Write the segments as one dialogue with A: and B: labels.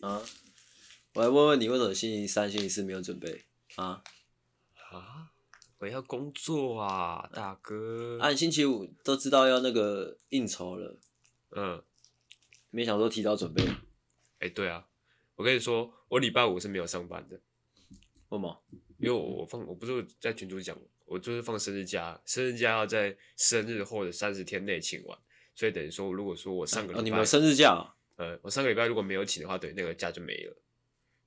A: 啊，我来问问你，为什么星期三、星期四没有准备啊？
B: 啊，我要工作啊，大哥。
A: 啊，你星期五都知道要那个应酬了，
B: 嗯，
A: 没想说提早准备，
B: 哎、对啊，我跟你说，我礼拜五是没有上班的，
A: 为毛？
B: 因为我放，我不是有在群主讲，我就是放生日假，生日假要在生日后的三十天内请完，所以等于说，如果说我上个礼拜、
A: 哦，你们有生日假啊、
B: 呃，我上个礼拜如果没有请的话，等于那个假就没了，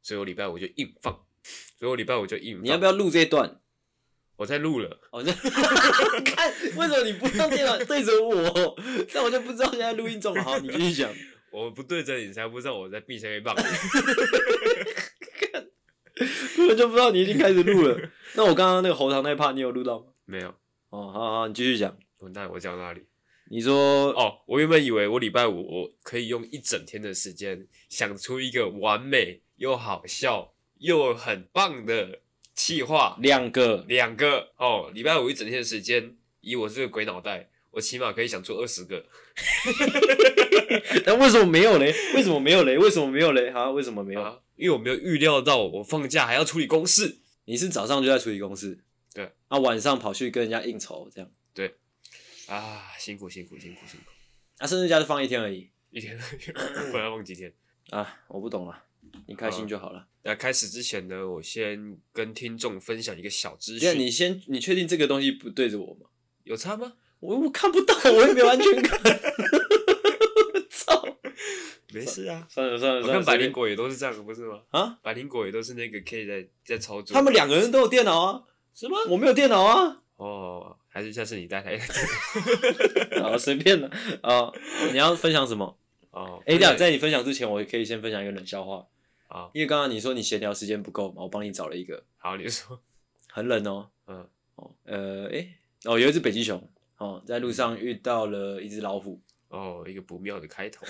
B: 所以我礼拜五就硬放，所以我礼拜五就硬放。
A: 你要不要？录这段？
B: 我在录了，
A: 哦， 那看为什么你不用电脑对着我？那我就不知道现在录音中了。好，你继续讲。
B: 我不对着你才不知道我在闭上一棒。
A: 我就不知道你已经开始录了。那我刚刚那个喉糖那一趴，你有录到吗？
B: 没有，
A: 哦，好好，你继续讲。
B: 混蛋，我讲到哪里？
A: 你说，
B: 哦，我原本以为我礼拜五我可以用一整天的时间想出一个完美又好笑又很棒的企划，
A: 两个，
B: 两个哦，礼拜五一整天的时间，以我这个鬼脑袋，我起码可以想出二十个。
A: 那为什么没有嘞？为什么没有嘞？为什么没有嘞？啊，为什么没有？
B: 啊，因为我没有预料到我放假还要处理公事。
A: 你是早上就在处理公事，
B: 对，
A: 啊，晚上跑去跟人家应酬这样，
B: 啊，辛苦辛苦辛苦辛苦，
A: 啊，生日假就放一天而已
B: 一天 本来忘几天。
A: 啊，我不懂了，你开心就好了。
B: 那开始之前呢，我先跟听众分享一个小资
A: 这样
B: 讯，
A: 啊你先，你确定这个东西不对着我吗？
B: 有差吗？
A: 我我看不到，我也没有安全感。操！
B: 没事 啊，
A: 算了算了
B: 我
A: 算了，
B: 看百
A: 随
B: 灵
A: 便
B: 果也都是这样，不是吗？
A: 啊，
B: 百灵果也都是那个 K 在在操作，
A: 他们两个人都有电脑 啊，
B: 是吗？
A: 我没有电脑 啊，
B: 哦，还是下次你带来
A: 啊，随便了啊。你要分享什么？
B: 哦。
A: 哎，这样
B: 在
A: 在你分享之前，我可以先分享一个冷笑话，
B: 好，
A: 因为刚刚你说你闲聊时间不够嘛，我帮你找了一个，
B: 哦好，你说，
A: 很冷哦。
B: 嗯，
A: 哦，呃，诶，哦，有一只北极熊，哦，在路上遇到了一只老虎，
B: 哦，一个不妙的开头，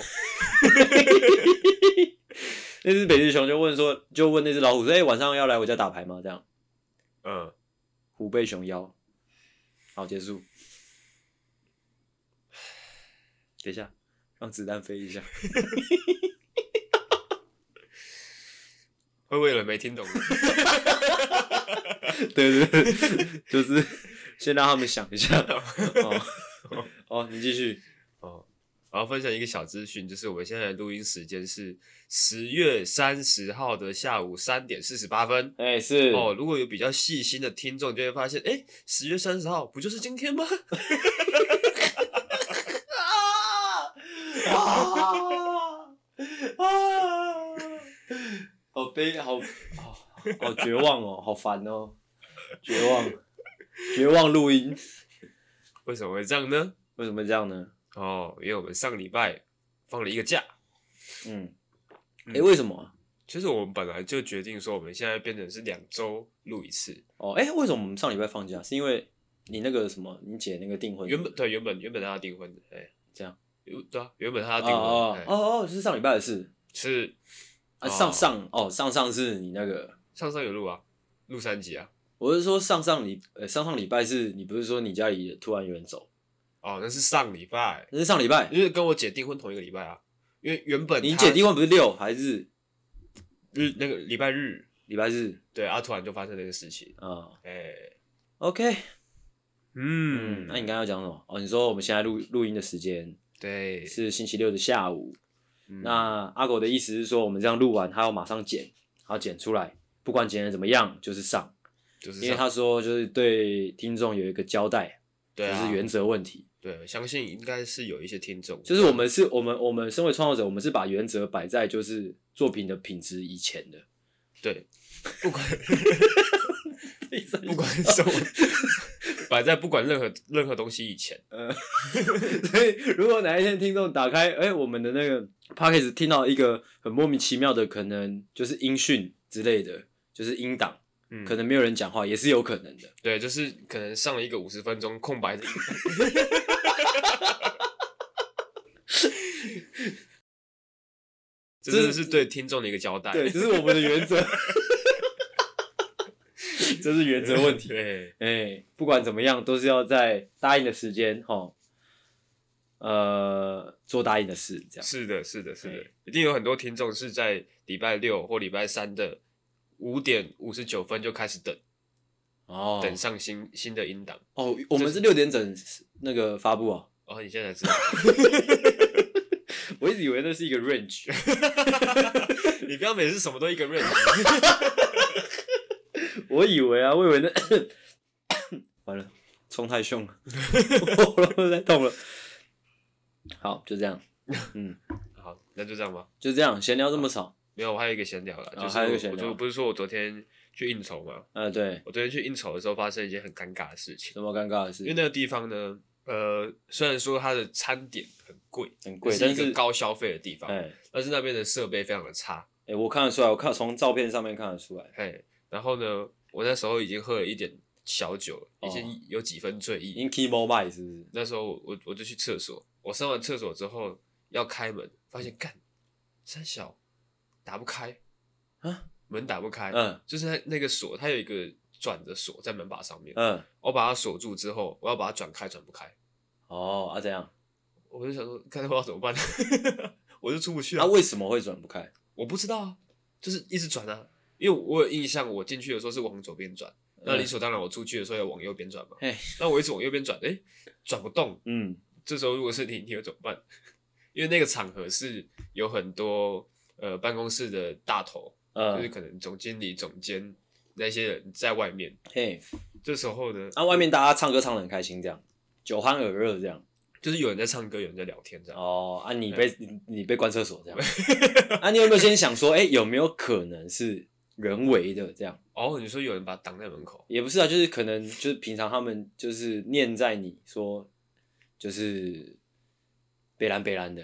A: 那只北极熊就问说，就问那只老虎说，诶，晚上要来我家打牌吗？这样，
B: 嗯，
A: 虎背熊腰，好，结束。等一下，让子弹飞一下。
B: 会为了没听懂的，
A: 对对对， 就是先让他们想一下。哦，哦， 你继续。
B: 哦，我要分享一个小资讯，就是我们现在的录音时间是十月三十号的下午三点四十八分。
A: 哎、是
B: 哦，如果有比较细心的听众，就会发现，哎，十月三十号不就是今天吗？
A: 啊啊！好悲，好好好绝望哦，好烦哦，绝望，绝望录音，
B: 为什么会这样呢？
A: 为什么这样呢？
B: 哦，因为我们上礼拜放了一个假。
A: 嗯，哎、
B: 嗯
A: 为什么啊？
B: 其实我们本来就决定说，我们现在变成是两周录一次。
A: 哦，哎、为什么我们上礼拜放假？是因为你那个什么，你姐那个订婚，
B: 原本对，原本原本他要订婚的，哎、
A: 这样，
B: 原对啊，原本他要
A: 哦
B: 订婚，
A: 哦
B: 哎
A: 哦哦，是上礼拜的事
B: 是
A: 啊，
B: 哦
A: 上上哦上上是你那个，
B: 上上有录啊，录三集啊。
A: 我是说上上礼呃上上礼拜是你不是说你家里突然有人走，
B: 哦，那是上礼拜，
A: 那是上礼拜，
B: 因为跟我姐订婚同一个礼拜啊。因为原本
A: 你
B: 她
A: 姐订婚不是六还是
B: 日那个礼拜日，
A: 礼拜日
B: 对啊，突然就发生那个事情，
A: 啊？
B: 哎、
A: OK，嗯，
B: 嗯，
A: 那你刚刚要讲什么？哦，你说我们现在录录音的时间
B: 对，
A: 是星期六的下午。
B: 嗯
A: 那阿狗的意思是说，我们这样录完，他要马上剪，然后剪出来，不管剪的怎么样，就是上，
B: 就是
A: 因为
B: 上
A: 他说就是对听众有一个交代，
B: 对啊，
A: 就是原则问题。
B: 对，相信应该是有一些听众，
A: 就是我们是我们我们身为创作者，我们是把原则摆在就是作品的品质以前的。
B: 对，不管不管什么， 摆在不管任何任何东西以前，
A: 所以，如果哪一天听众打开，哎、我们的那个 p a c k a g e 听到一个很莫名其妙的，可能就是音讯之类的，就是音档，
B: 嗯
A: 可能没有人讲话，也是有可能的。
B: 对，就是可能上了一个五十分钟空白的。 这真的是对听众的一个交代，
A: 对，这是我们的原则，这是原则问题。
B: 对，
A: 哎、不管怎么样，都是要在答应的时间，哈，呃做答应的事，这样
B: 是的，是的，是的
A: 哎，
B: 一定有很多听众是在礼拜六或礼拜三的五点五十九分就开始等，
A: 哦
B: 等上新新的音档。
A: 哦，我们是六点整那个发布啊，
B: 哦，你现在才知道，
A: 我一直以为那是一个 range，
B: 你不要每次什么都一个 range。
A: 我以为啊，我以为那 完了，冲太凶了，喉咙在痛了。好，就这样，嗯，
B: 好，那就这样吧。
A: 就这样，闲聊这么少，
B: 没有，我还有一个闲聊了，
A: 哦
B: 就是
A: 还有一个
B: 我
A: 闲
B: 我
A: 聊
B: 就不是说我昨天去应酬嘛，
A: 呃，对，
B: 我昨天去应酬的时候发生一件很尴尬的事情，
A: 什么尴尬的
B: 因为
A: 事？
B: 那个地方呢，呃，虽然说它的餐点很贵，
A: 很贵，
B: 是
A: 但
B: 一个
A: 是，
B: 高消费的地方，
A: 哎
B: 但是那边的设备非常的差，
A: 哎，我看得出来，我看从照片上面看得出来，
B: 嘿，然后呢，我那时候已经喝了一点小酒了，
A: 哦
B: 已经有几分醉意。
A: i n k y Mobile 是不是？
B: 那时候我我我就去厕所，我上完厕所之后要开门，发现干三小打不开
A: 啊，
B: 门打不开，
A: 嗯
B: 就是它那个锁，它有一个转的锁在门把上面，
A: 嗯，
B: 我把它锁住之后，我要把它转开，转不开，
A: 哦，啊，这样，
B: 我就想说，看我要怎么办， 我就出不去
A: 那、
B: 啊，
A: 为什么会转不开？
B: 我不知道啊，就是一直转啊，因为我有印象，我进去的时候是往左边转，那理所当然我出去的时候要往右边转嘛
A: 嗯嘿，
B: 那我一直往右边转，诶，转不动，
A: 嗯，
B: 这时候如果是你，你会怎么办？因为那个场合是有很多呃办公室的大头，
A: 呃
B: 就是，可能总经理、总监那些人在外面。
A: 嘿，啊
B: 这时候呢，
A: 那、外面大家唱歌唱的很开心，这样，酒酣耳热这样。
B: 就是有人在唱歌，有人在聊天，这样。
A: 哦，啊，你被你你被关厕所这样， 啊，你有没有先想说，哎、有没有可能是人为的这样？
B: 哦，你说有人把他挡在门口，
A: 也不是啊，就是可能就是平常他们就是念在你说，就是北兰北 兰的，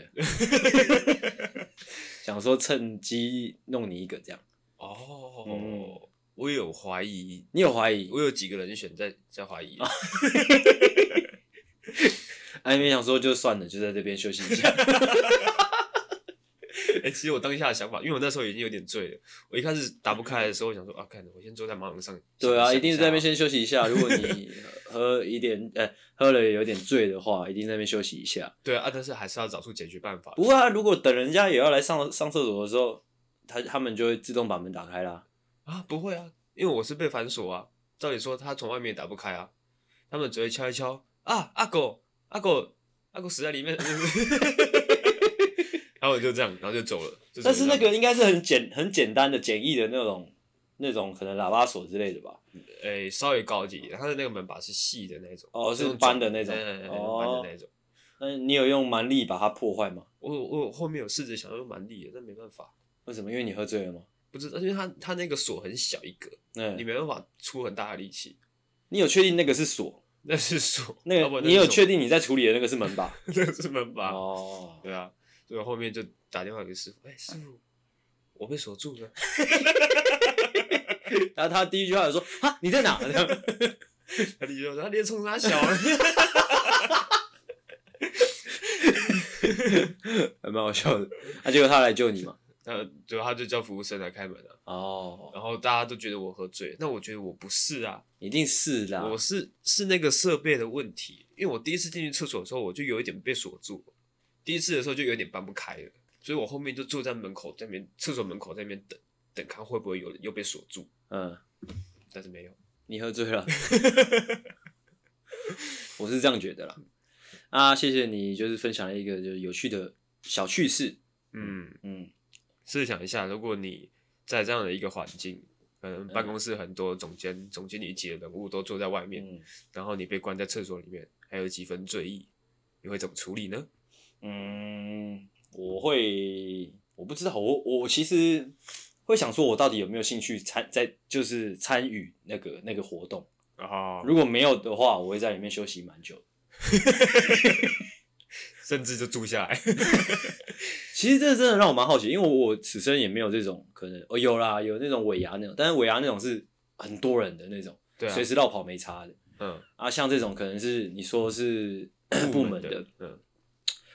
A: 想说趁机弄你一个这样。
B: 哦，
A: 嗯
B: 我有怀疑，
A: 你有怀疑？
B: 我有几个人选在在怀疑，
A: 啊，你没想说就算了，就在这边休息一下。
B: 哎、其实我当下的想法，因为我那时候已经有点醉了，我一开始打不开的时候，我想说啊，看我先坐在马桶上。
A: 对啊，
B: 想
A: 一定是在那边
B: 下
A: 先休息一下。如果你喝一点，呃，喝了有点醉的话，一定在那边休息一下。
B: 对啊，啊但是还是要找出解决办法。
A: 不会啊，如果等人家也要来上上厕所的时候，他他们就会自动把门打开啦。
B: 啊，不会啊，因为我是被反锁啊。照理说他从外面也打不开啊，他们只会敲一敲啊，阿狗，阿狗，阿狗死在里面。 然后我就这样，然后就走了。就
A: 但是
B: 走了
A: 那个应该是很简很简单的、简易的那种那种可能喇叭锁之类的吧？
B: 诶、稍微高级一点，它的那个门把是细的那种，
A: 哦是
B: 种
A: 扳的那
B: 转
A: 种
B: 哎哎哎
A: 哦
B: 扳的那种。
A: 那你有用蛮力把它破坏吗？
B: 我我后面有试着想要用蛮力的，但没办法，
A: 为什么？因为你喝醉了吗？
B: 不知道，因为它它那个锁很小一个，你
A: 嗯，
B: 没办法出很大的力气。
A: 你有确定那个是锁？
B: 那是锁，
A: 那
B: 哦要不
A: 个
B: 然
A: 你有
B: 是
A: 确定你在处理的那个是门把？
B: 那个是门把？
A: 哦，
B: 对啊，所以后面就打电话给师傅，哎、师傅，我被锁住了。
A: 然后他第一句话就说：“哈，你在哪？” 这样
B: 他弟就说他连冲他小，
A: 还蛮好笑的。啊，结果他来救你嘛？
B: 他就他就叫服务生来开门了、
A: 哦，
B: 然后大家都觉得我喝醉，那我觉得我不是啊，
A: 一定是啊啦。
B: 我是是那个设备的问题，因为我第一次进去厕所的时候，我就有一点被锁住了，第一次的时候就有点搬不开了，所以我后面就坐在门口在那边厕所门口在那边等等看会不会有人又被锁住，
A: 嗯，
B: 但是没有，
A: 你喝醉 了，我是这样觉得啦。啊，谢谢你，就是分享了一个就是有趣的小趣事。
B: 嗯。
A: 嗯，
B: 试想一下，如果你在这样的一个环境，可能
A: 嗯
B: 办公室很多总监、总经理级的人物都坐在外面，
A: 嗯
B: 然后你被关在厕所里面，还有几分醉意，你会怎么处理呢？
A: 嗯，我会，我不知道，我我其实会想说，我到底有没有兴趣参在就是参与那个那个活动？
B: 然后
A: 如果没有的话，我会在里面休息蛮久的。
B: 甚至就住下 来。
A: 其实这真的让我蛮好奇，因为我此生也没有这种可能，哦有啦，有那种尾牙那种，但是尾牙那种是很多人的那种，
B: 对啊
A: 随，时绕跑没差的。
B: 嗯，
A: 啊，像这种可能是你说是 部门的，，
B: 嗯，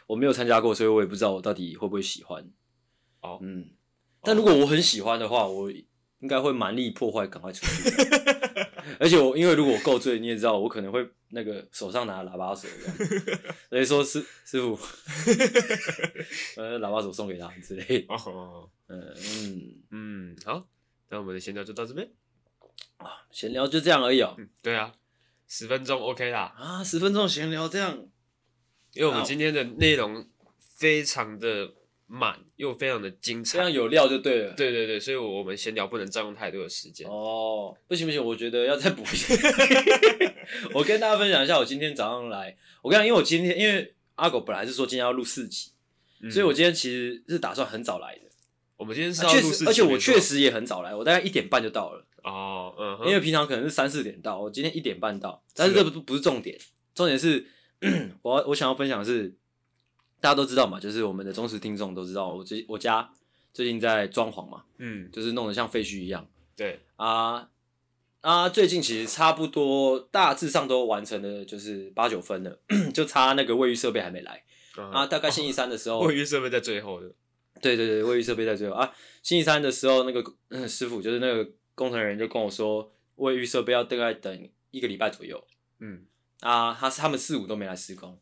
A: 我没有参加过，所以我也不知道我到底会不会喜欢。
B: 哦
A: 嗯， 但如果我很喜欢的话，我应该会蛮力破坏，赶快出去。而且我因为如果我够醉，你也知道，我可能会那个手上拿喇叭手这样，所以说师师傅，呃，喇叭手送给他之类的。
B: 哦，
A: 嗯嗯，
B: 嗯，好，那我们的闲聊就到这边。
A: 闲聊就这样而已哦。
B: 嗯，对啊，十分钟 OK 啦，
A: 啊，十分钟闲聊这样，
B: 因为我们
A: 好
B: 今天的内容非常的满，又非常的精
A: 这样
B: 彩。
A: 有料就对啊了。
B: 对对对，所以我们闲聊不能占用太多的时间。
A: 哦，不行不行，我觉得要再补一下。 我跟大家分享一下，我今天早上来，我跟你讲，因为我今天因为阿狗本来是说今天要录四集，
B: 嗯
A: 所以我今天其实是打算很早来的。
B: 我们今天是
A: 啊
B: 要
A: 确
B: 录
A: 实，
B: 四集
A: 而且我
B: 没错
A: 确实也很早来，我大概一点半就到了，
B: 哦，嗯哼，
A: 因为平常可能是三四点到，我今天一点半到，但是这不不是重点，重点是我要我想要分享的是，大家都知道嘛，就是我们的忠实听众都知道，我最我家最近在装潢嘛，
B: 嗯，
A: 就是弄得像废墟一样
B: 对，
A: 啊啊，最近其实差不多大致上都完成了，就是八九分了，就差那个卫浴设备还没来啊，
B: 啊，
A: 大概星期三的时候，
B: 卫浴设备在最后的，
A: 对对对，卫浴设备在最后啊。星期三的时候，那个、嗯师傅就是那个工程人员就跟我说，卫浴设备要大概等一个礼拜左右
B: 嗯
A: 啊。他是他们四五都没来施工，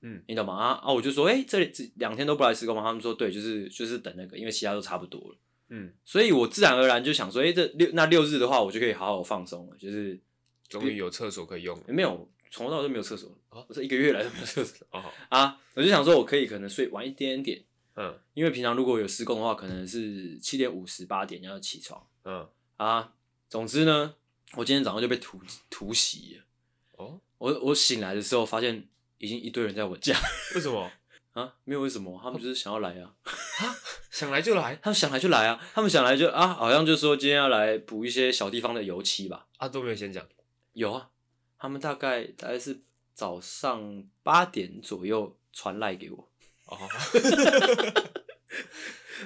B: 嗯，
A: 你懂吗？啊啊，我就说，哎、这里这两天都不来施工吗？他们说，对，就是就是等那个，因为其他都差不多了。
B: 嗯，
A: 所以我自然而然就想说，哎、这六那六日的话，我就可以好好放松了，就是
B: 终于有厕所可以用了
A: 没有从头到尾都没有厕所
B: 啊
A: 我这一个月来都没有厕所
B: 哦，
A: 啊。我就想说，我可以可能睡晚一点点，
B: 嗯
A: 因为平常如果有施工的话，可能是七点五十八点要起床。
B: 嗯，
A: 啊，总之呢，我今天早上就被突突袭了。
B: 哦，
A: 我我醒来的时候，发现已经一堆人在我家
B: 为什么
A: 啊，没有为什么，他们就是想要来啊，
B: 想来就来
A: 他们想来就来啊，他们想来就啊，好像就说今天要来补一些小地方的油漆吧。
B: 啊？都没有先讲，
A: 有啊，他们大概大概是早上八点左右传赖给我，
B: 哦，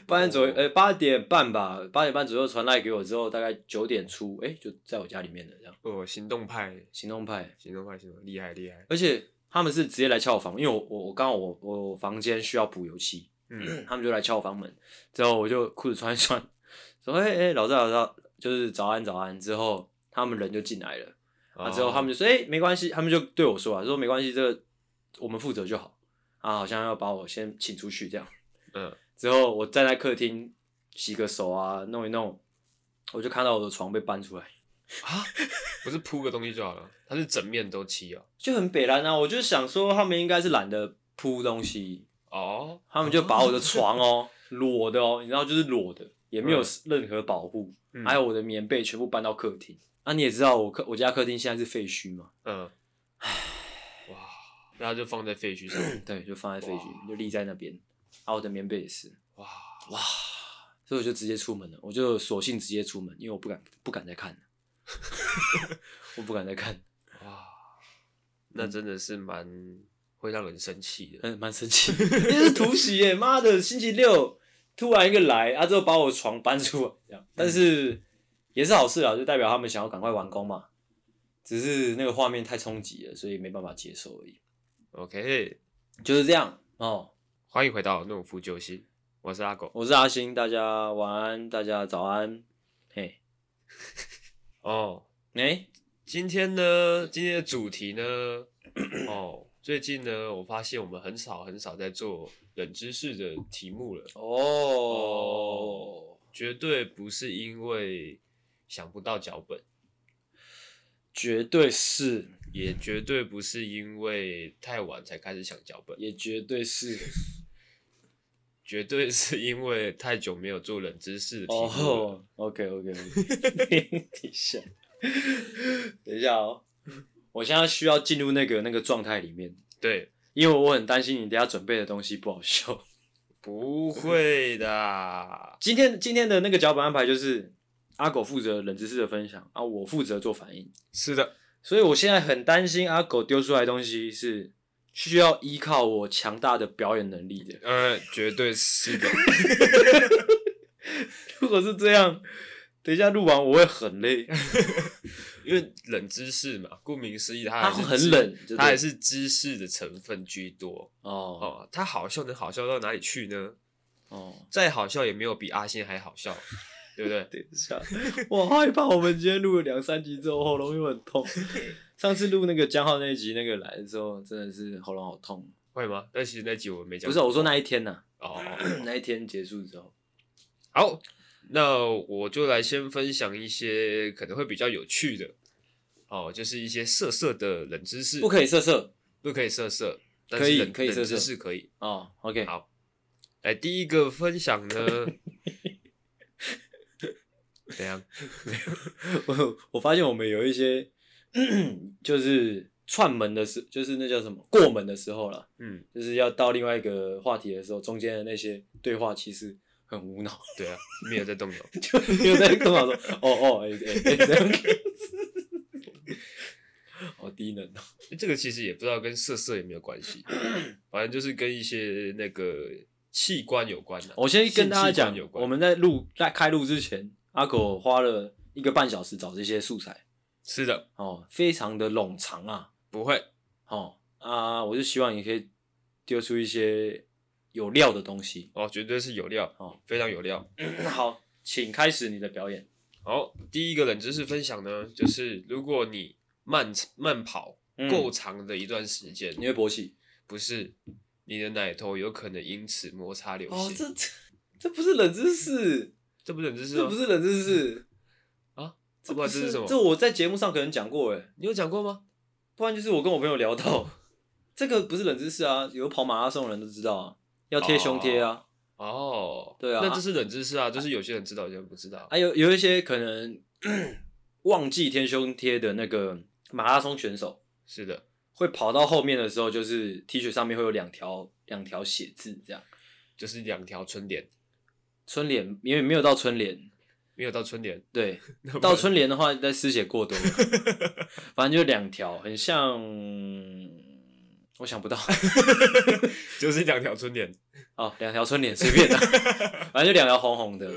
A: 八点左右，
B: 哦
A: 呃、八点半吧，八点半左右传赖给我之后，大概九点出，哎、就在我家里面的这样，
B: 哦，行动派，
A: 行动派。
B: 行动派，行动，厉害厉害，
A: 而且他们是直接来敲我房，因为我我我刚好我我房间需要补油漆，
B: 嗯
A: 他们就来敲我房门，之后我就裤子穿一穿， 说哎哎、欸老赵老赵，就是早安早安，之后他们人就进来了，
B: 哦
A: 啊之后他们就说哎、欸没关系，他们就对我说啊说没关系，这个我们负责就好，啊好像要把我先请出去这样，
B: 嗯
A: 之后我站在客厅洗个手啊弄一弄，我就看到我的床被搬出来。
B: 啊，不是铺个东西就好了，它是整面都漆啊。
A: 就很北蓝啊！我就想说，他们应该是懒得铺东西，
B: 哦，
A: 他们就把我的床哦，裸的哦，你知道就是裸的，也没有任何保护，
B: 嗯
A: 还有我的棉被全部搬到客厅。啊，你也知道我客我家客厅现在是废墟嘛，
B: 嗯，哇，那它就放在废墟上，
A: 对，就放在废
B: 哇
A: 墟，就立在那边。啊，我的棉被也是，
B: 哇，
A: 所以我就直接出门了，我就索性直接出门，因为我不敢不敢再看了， 我不敢再看，
B: 哇，那真的是蛮会让人生气的。
A: 嗯，蛮生气， 这是突袭耶，妈的，星期六突然一个来，啊，之后把我床搬出来，这样，但是、也是好事啊，就代表他们想要赶快完工嘛，只是那个画面太冲击了，所以没办法接受而已，
B: OK，
A: 就是这样哦。
B: 欢迎回到懦夫救星，我是阿狗。
A: 我是阿星，大家晚安，大家早安，嘿，
B: 哦，
A: 哎、
B: 今天呢，今天的主题呢，哦，最近呢，我发现我们很少很少在做冷知识的题目了。
A: 哦，
B: 绝对不是因为想不到脚本，
A: 绝对是，
B: 也绝对不是因为太晚才开始想脚本，
A: 也绝对是，
B: 绝对是因为太久没有做冷知识的题目了。
A: 哦，OK OK OK，等一下，等一下哦，我现在需要进入那个那个状态里面，
B: 对，
A: 因为我很担心你等一下准备的东西不好笑。
B: 不会的。
A: 今天今天的那个脚本安排就是阿狗负责冷知识的分享啊，我负责做反应，
B: 是的，
A: 所以我现在很担心阿狗丢出来的东西是需要依靠我强大的表演能力的。
B: 呃，绝对是的。
A: 如果是这样，等一下录完我会很累，
B: 因为冷知识嘛，顾名思义，它
A: 它
B: 还是
A: 很
B: 知，
A: 冷，就对
B: 它还是知识的成分居多。
A: 哦
B: 哦，它好笑能好笑到哪里去呢？
A: 哦，
B: 再好笑也没有比阿信还好笑。 对不对？
A: 等一下，我害怕我们今天录了两三集之后喉咙又很痛。上次录那个江浩那一集那个来的时候，真的是喉咙好痛。
B: 会吗？但其实那集我没讲。
A: 不是，啊我说那一天呐、
B: 哦哦哦
A: 那一天结束之后，
B: 好，那我就来先分享一些可能会比较有趣的，哦，就是一些色色的冷知识，
A: 不可以色色
B: 不可以色色，但
A: 可
B: 是
A: 以
B: 冷
A: 可以色
B: 冷
A: 色
B: 知识可以。
A: 哦。OK，
B: 好来，哎第一个分享呢，怎样？
A: 我我发现我们有一些 就是串门的时，就是那叫什么过门的时候啦，
B: 嗯，
A: 就是要到另外一个话题的时候，中间的那些对话其实很无脑，
B: 对啊，没有在动脑。
A: 就没有在动脑说哦哦，哎哎哎这样， 好低能哦。
B: 这个其实也不知道跟色色有没有关系，反正就是跟一些那个器官有关的、
A: 我先跟大家
B: 性器
A: 讲
B: 官有，关
A: 我们在录在开录之前，阿狗花了一个半小时找这些素材
B: 是的，
A: 哦，非常的冗长啊。
B: 不会，
A: 哦啊，我就希望你可以丢出一些有料的东西。
B: 哦，绝对是有料，
A: 哦，
B: 非常有料。
A: 嗯好，请开始你的表演。
B: 好，第一个冷知识分享呢，就是如果你慢慢跑
A: 嗯
B: 够长的一段时间，
A: 你会勃起？
B: 不是你的奶头有可能因此摩擦流血。
A: 哦这 这不是冷知识，
B: 这不是冷知识吗？
A: 这不是哦嗯冷知识，
B: 啊，
A: 这
B: 不
A: 不
B: 然这是什么
A: 这我在节目上可能讲过诶，
B: 你有讲过吗？
A: 不然就是我跟我朋友聊到， 这个不是冷知识啊，有跑马拉松的人都知道啊，要贴胸贴啊，
B: 哦，
A: 对啊
B: 那这是冷知识啊，就是有些人知道，有些人不知道。
A: 还、有有一些可能忘记贴胸贴的那个马拉松选手，
B: 是的，
A: 会跑到后面的时候，就是 T 恤上面会有两条两条血字，这样
B: 就是两条春联，
A: 春联，因为没有到春联，
B: 没有到春联，
A: 对，
B: 那不
A: 到春联的话，那失血过多 了，反正就两条，很像，我想不到
B: 就是两条春联，
A: 哦，两条春联随 便的，反正就两条红红的，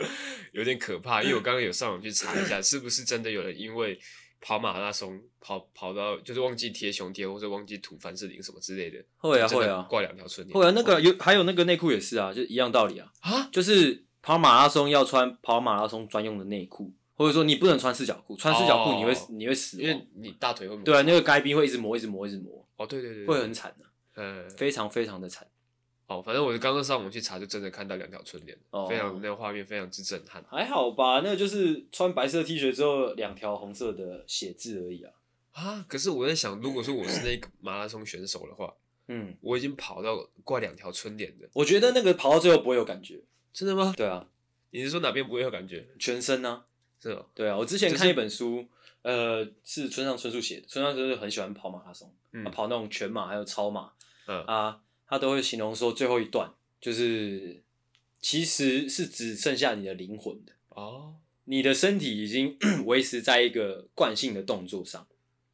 B: 有点可怕。 因为我刚刚有上网去查一下，是不是真的有人因为跑马拉松跑跑到就是忘记贴胸贴，或者忘记涂凡士林什么之类的，
A: 会啊
B: 就真
A: 会
B: 的
A: 啊
B: 挂两条春联，
A: 会啊，那个有还有那个内裤也是啊，就一样道理啊，
B: 啊，
A: 就是跑马拉松要穿跑马拉松专用的内裤，或者说你不能穿四角裤，穿四角裤你会、
B: 哦
A: 你会死
B: 因为
A: 亡，
B: 你大腿会磨
A: 对啊，那个该冰会一直磨一直磨一直磨。
B: 哦，对对对，对
A: 会很惨的、
B: 呃，
A: 非常非常的惨。
B: 哦，反正我刚刚上网去查，就真的看到两条春联，
A: 哦
B: 非常那个画面非常之震撼。
A: 还好吧，那个就是穿白色 T 恤之后两条红色的血字而已啊。
B: 啊！可是我在想，如果说我是那个马拉松选手的话，
A: 嗯，
B: 我已经跑到挂两条春联的，
A: 我觉得那个跑到最后不会有感觉。
B: 真的吗？
A: 对啊，
B: 你是说哪边不会有感觉？
A: 全身啊。
B: 是哦，
A: 对啊，我之前看一本书，呃，是村上春树写的。村上春树很喜欢跑马拉松，
B: 嗯
A: 他跑那种全马还有超马
B: 嗯
A: 啊，他都会形容说最后一段就是其实是只剩下你的灵魂的，
B: 哦
A: 你的身体已经 维持在一个惯性的动作上。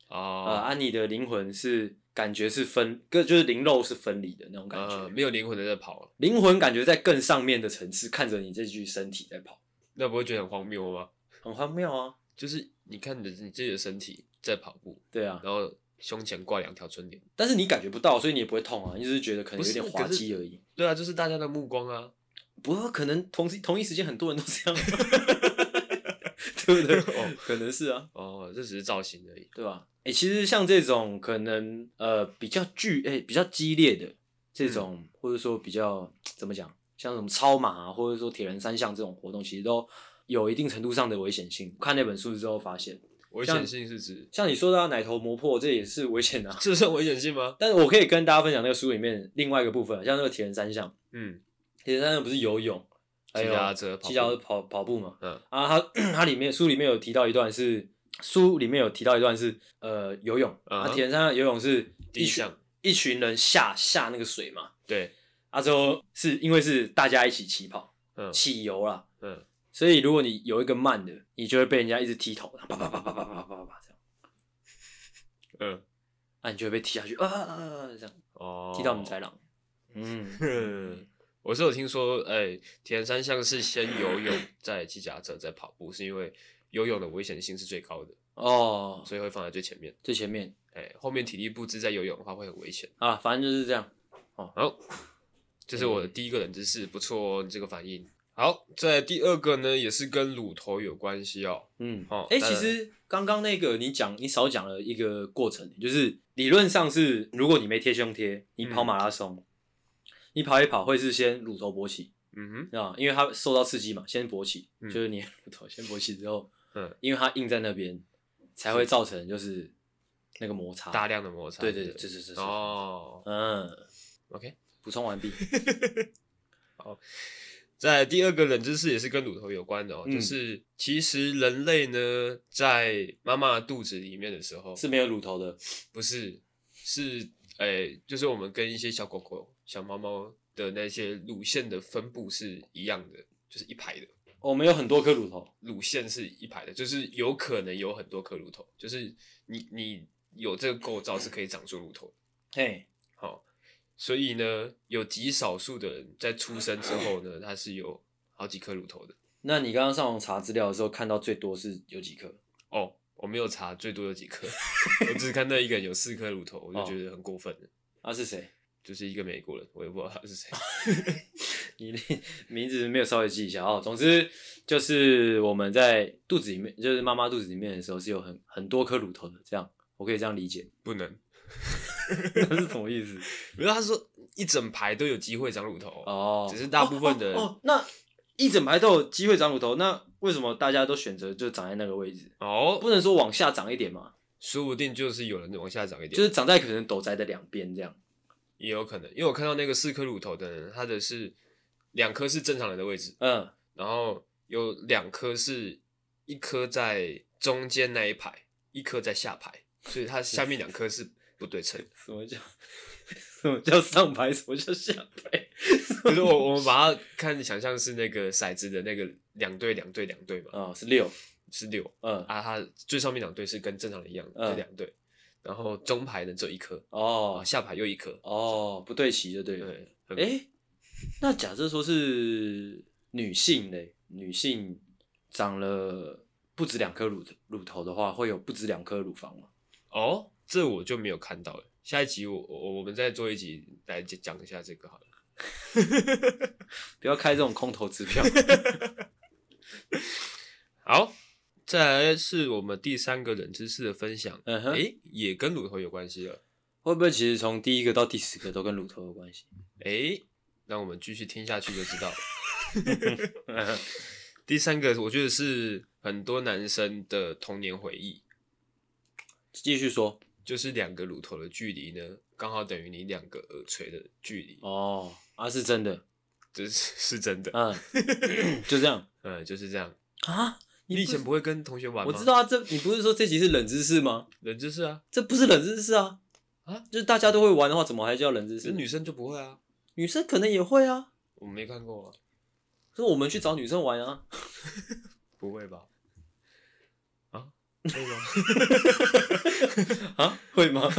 A: 呃，
B: 哦
A: 安妮的灵魂是感觉是分，个就是灵肉是分离的那种感
B: 呃，
A: 觉，
B: 没有灵魂的在跑了，
A: 灵、魂感觉在更上面的层次看着你这具身体在跑，
B: 那不会觉得很荒谬吗？
A: 很荒谬啊。
B: 就是你看你的你自己的身体在跑步，
A: 对啊，
B: 然后胸前挂两条春联，
A: 但是你感觉不到，所以你也不会痛啊，你只是觉得可能有
B: 不是
A: 点滑
B: 可是
A: 稽而已。
B: 对啊，就是大家的目光啊，
A: 不过可能同时同一时间很多人都这样， 对不对？
B: 哦
A: 可能是啊，
B: 哦，这只是造型而已。
A: 对吧？哎、其实像这种可能呃比较剧哎、比较激烈的这
B: 嗯
A: 种，或者说比较怎么讲，像什么超马啊，或者说铁人三项这种活动，其实都有一定程度上的危险性。看那本书之后发现，
B: 危险性是指
A: 像你说的、啊、奶头磨破，这也是危险啊。
B: 这算危险性吗？
A: 但是我可以跟大家分享那个书里面另外一个部分啊，像那个铁人三项，
B: 嗯，
A: 铁人三项不是游泳，还
B: 骑
A: 有
B: 脚踏车跑步
A: 骑脚踏车跑跑步嘛，
B: 嗯
A: 啊，它 它里面书里面有提到一段是书里面有提到一段是呃游泳，
B: 嗯
A: 啊
B: 哼
A: 铁人三项游泳是
B: 第
A: 一
B: 一
A: 群
B: 项
A: 一群人下下那个水嘛，
B: 对，
A: 啊之后是因为是大家一起起跑
B: 嗯
A: 起游啦，
B: 嗯，
A: 所以如果你有一个慢的，你就会被人家一直踢头，啪啪啪啪啪啪啪啪啪这样，
B: 嗯，
A: 啊你就会被踢下去啊啊啊啊这样
B: 哦，
A: 踢到母豺狼，嗯
B: 哼 我是有听说，哎、铁人三项是先游泳，再骑脚踏车，再跑步，是因为游泳的危险性是最高的，
A: 哦
B: 所以会放在最前面。
A: 最前面
B: 哎、后面体力不支在游泳的话会很危险。
A: 啊反正就是这样，嗯
B: 好，这是我的第一个冷知识，不错哦，你这个反应。好，在第二个呢，也是跟乳头有关系哦。
A: 嗯，
B: 哦
A: 哎、
B: 当
A: 其
B: 然
A: 实刚刚那个你讲，你少讲了一个过程，就是理论上是，如果你没贴胸贴，你跑
B: 嗯
A: 马拉松，你跑一跑会是先乳头勃起
B: 嗯
A: 啊，因为它受到刺激嘛，先勃起，
B: 嗯
A: 就是你的乳头先勃起之后，
B: 嗯，
A: 因为它硬在那边，才会造成就是那个摩擦。
B: 哼，大量的摩擦。
A: 对对对，这这这这，
B: 哦
A: 嗯，
B: ，OK。
A: 补充完毕。
B: 在第二个冷知识也是跟乳头有关的哦，
A: 嗯
B: 就是其实人类呢，在妈妈的肚子里面的时候，
A: 是没有乳头的，
B: 不是是诶、就是我们跟一些小狗狗、小猫猫的那些乳腺的分布是一样的，就是一排的。
A: 我们有很多颗乳头。
B: 乳腺是一排的，就是有可能有很多颗乳头，就是你你有这个构造是可以长出乳头的。
A: 嘿，
B: 好，所以呢，有极少数的人在出生之后呢，他是有好几颗乳头的。
A: 那你刚刚上网查资料的时候，看到最多是有几颗？
B: 哦，我没有查最多有几颗，我只是看到一个人有四颗乳头，我就觉得很过分了。
A: 啊，是谁？
B: 就是一个美国人，我也不知道他是谁。
A: 你的名字没有稍微记一下哦。总之就是我们在肚子里面，就是妈妈肚子里面的时候是有很很多颗乳头的，这样我可以这样理解，
B: 不能，
A: 那是什么意思？
B: 不是他说一整排都有机会长乳头，
A: 哦，
B: 只是大部分的人
A: 哦哦哦那一整排都有机会长乳头，那为什么大家都选择就长在那个位置？
B: 哦，
A: 不能说往下长一点嘛，
B: 说不定就是有人往下长一点，
A: 就是长在可能斗宅的两边这样。
B: 也有可能，因为我看到那个四颗乳头的人，他的是两颗是正常人的位置，
A: 嗯，
B: 然后有两颗是一颗在中间那一排，一颗在下排，所以它下面两颗是不 对称的。
A: 什么叫什么叫上排？什么叫下排？
B: 可是我我们把它看想象是那个骰子的那个两对两对两对嘛，
A: 啊、是六，
B: 是六
A: 嗯，
B: 啊，它最上面两对是跟正常人一样
A: 嗯
B: 的，就两对，然后中排呢只有一颗，
A: 哦
B: 哦，下排又一颗，
A: 哦，不对齐就对了。
B: 对，很
A: 哎、那假设说是女性嘞，女性长了不止两颗乳乳头的话，会有不止两颗乳房吗？
B: 哦，这我就没有看到了。下一集我我我们再做一集来讲讲一下这个好了。
A: 不要开这种空头支 票。
B: 好，再来是我们第三个冷知识的分享，
A: 嗯哼，
B: 诶、也跟乳头有关系了。
A: 会不会其实从第一个到第十个都跟乳头有关系？
B: 诶、那我们继续听下去就知道了。 第三个，我觉得是很多男生的童年回忆，
A: 继续说
B: 就是两个乳头的距离呢，刚好等于你两个耳垂的距离，
A: 哦，啊是真的，
B: 这是是真的。
A: 嗯，就这样
B: 嗯，就是这样。
A: 啊。
B: 你以
A: 不
B: 前不会跟同学玩吗？
A: 我知，道啊，这你不是说这集是冷知识吗？
B: 冷知识啊，
A: 这不是冷知识啊，
B: 啊
A: 就是大家都会玩的话，怎么还叫冷知
B: 只
A: 识？
B: 是女生就不会啊。
A: 女生可能也会啊，
B: 我没看过啊，
A: 就是我们去找女生玩啊。
B: 不会吧？啊，会吗？
A: 啊，会吗？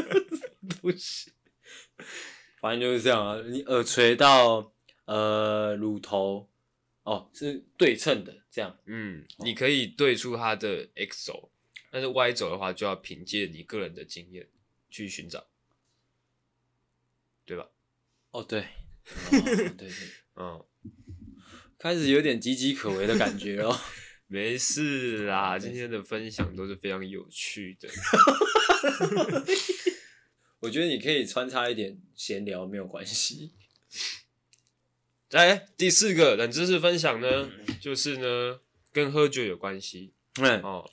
A: 不是，反正就是这样啊。你耳垂到呃乳头，哦，是对称的，这样
B: 嗯，你可以对出它的 x 轴，但是 y 轴的话就要凭借你个人的经验去寻找，对吧？
A: 哦，对，哦对对，
B: 嗯，
A: 开始有点岌岌可危的感觉 哦。
B: 没事啦，今天的分享都是非常有趣的。
A: 我觉得你可以穿插一点闲聊，没有关系。
B: 再来第四个冷知识分享呢，就是呢跟喝酒有关系
A: 嗯，
B: 哦，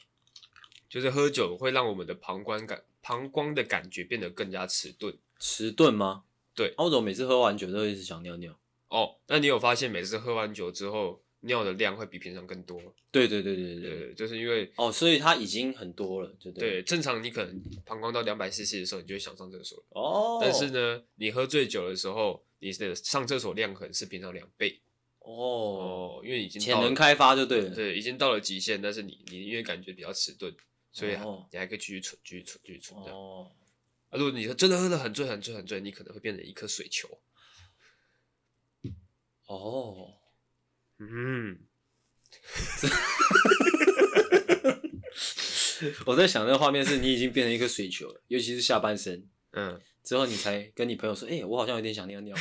B: 就是喝酒会让我们的膀胱感膀胱的感觉变得更加迟钝
A: 迟钝吗？
B: 对
A: 啊我怎么每次喝完酒都一直想尿尿？
B: 哦。那你有发现每次喝完酒之后尿的量会比平常更多吗？
A: 对对对对对。
B: 对，就是因为
A: 哦，所以它已经很多了，嗯对不对？
B: 对，正常你可能膀胱到两百 CC 的时候，你就会想上厕所了。
A: 哦，
B: 但是呢，你喝醉酒的时候，你的上厕所量可能是平常两倍
A: 哦，
B: 哦，因为已经
A: 潜
B: 到
A: 能
B: 了
A: 开发就对了。
B: 对，已经到了极限。但是你你因为感觉比较迟钝，所以啊
A: 哦
B: 你还可以继续存、继续存、继续存这样。
A: 哦，
B: 啊，如果你真的喝得很醉、很醉、很醉，你可能会变成一颗水球。
A: 哦，
B: 嗯，
A: 我在想那个画面是你已经变成一个水球了，尤其是下半身
B: 嗯，
A: 之后，你才跟你朋友说：“哎、我好像有点想尿尿。”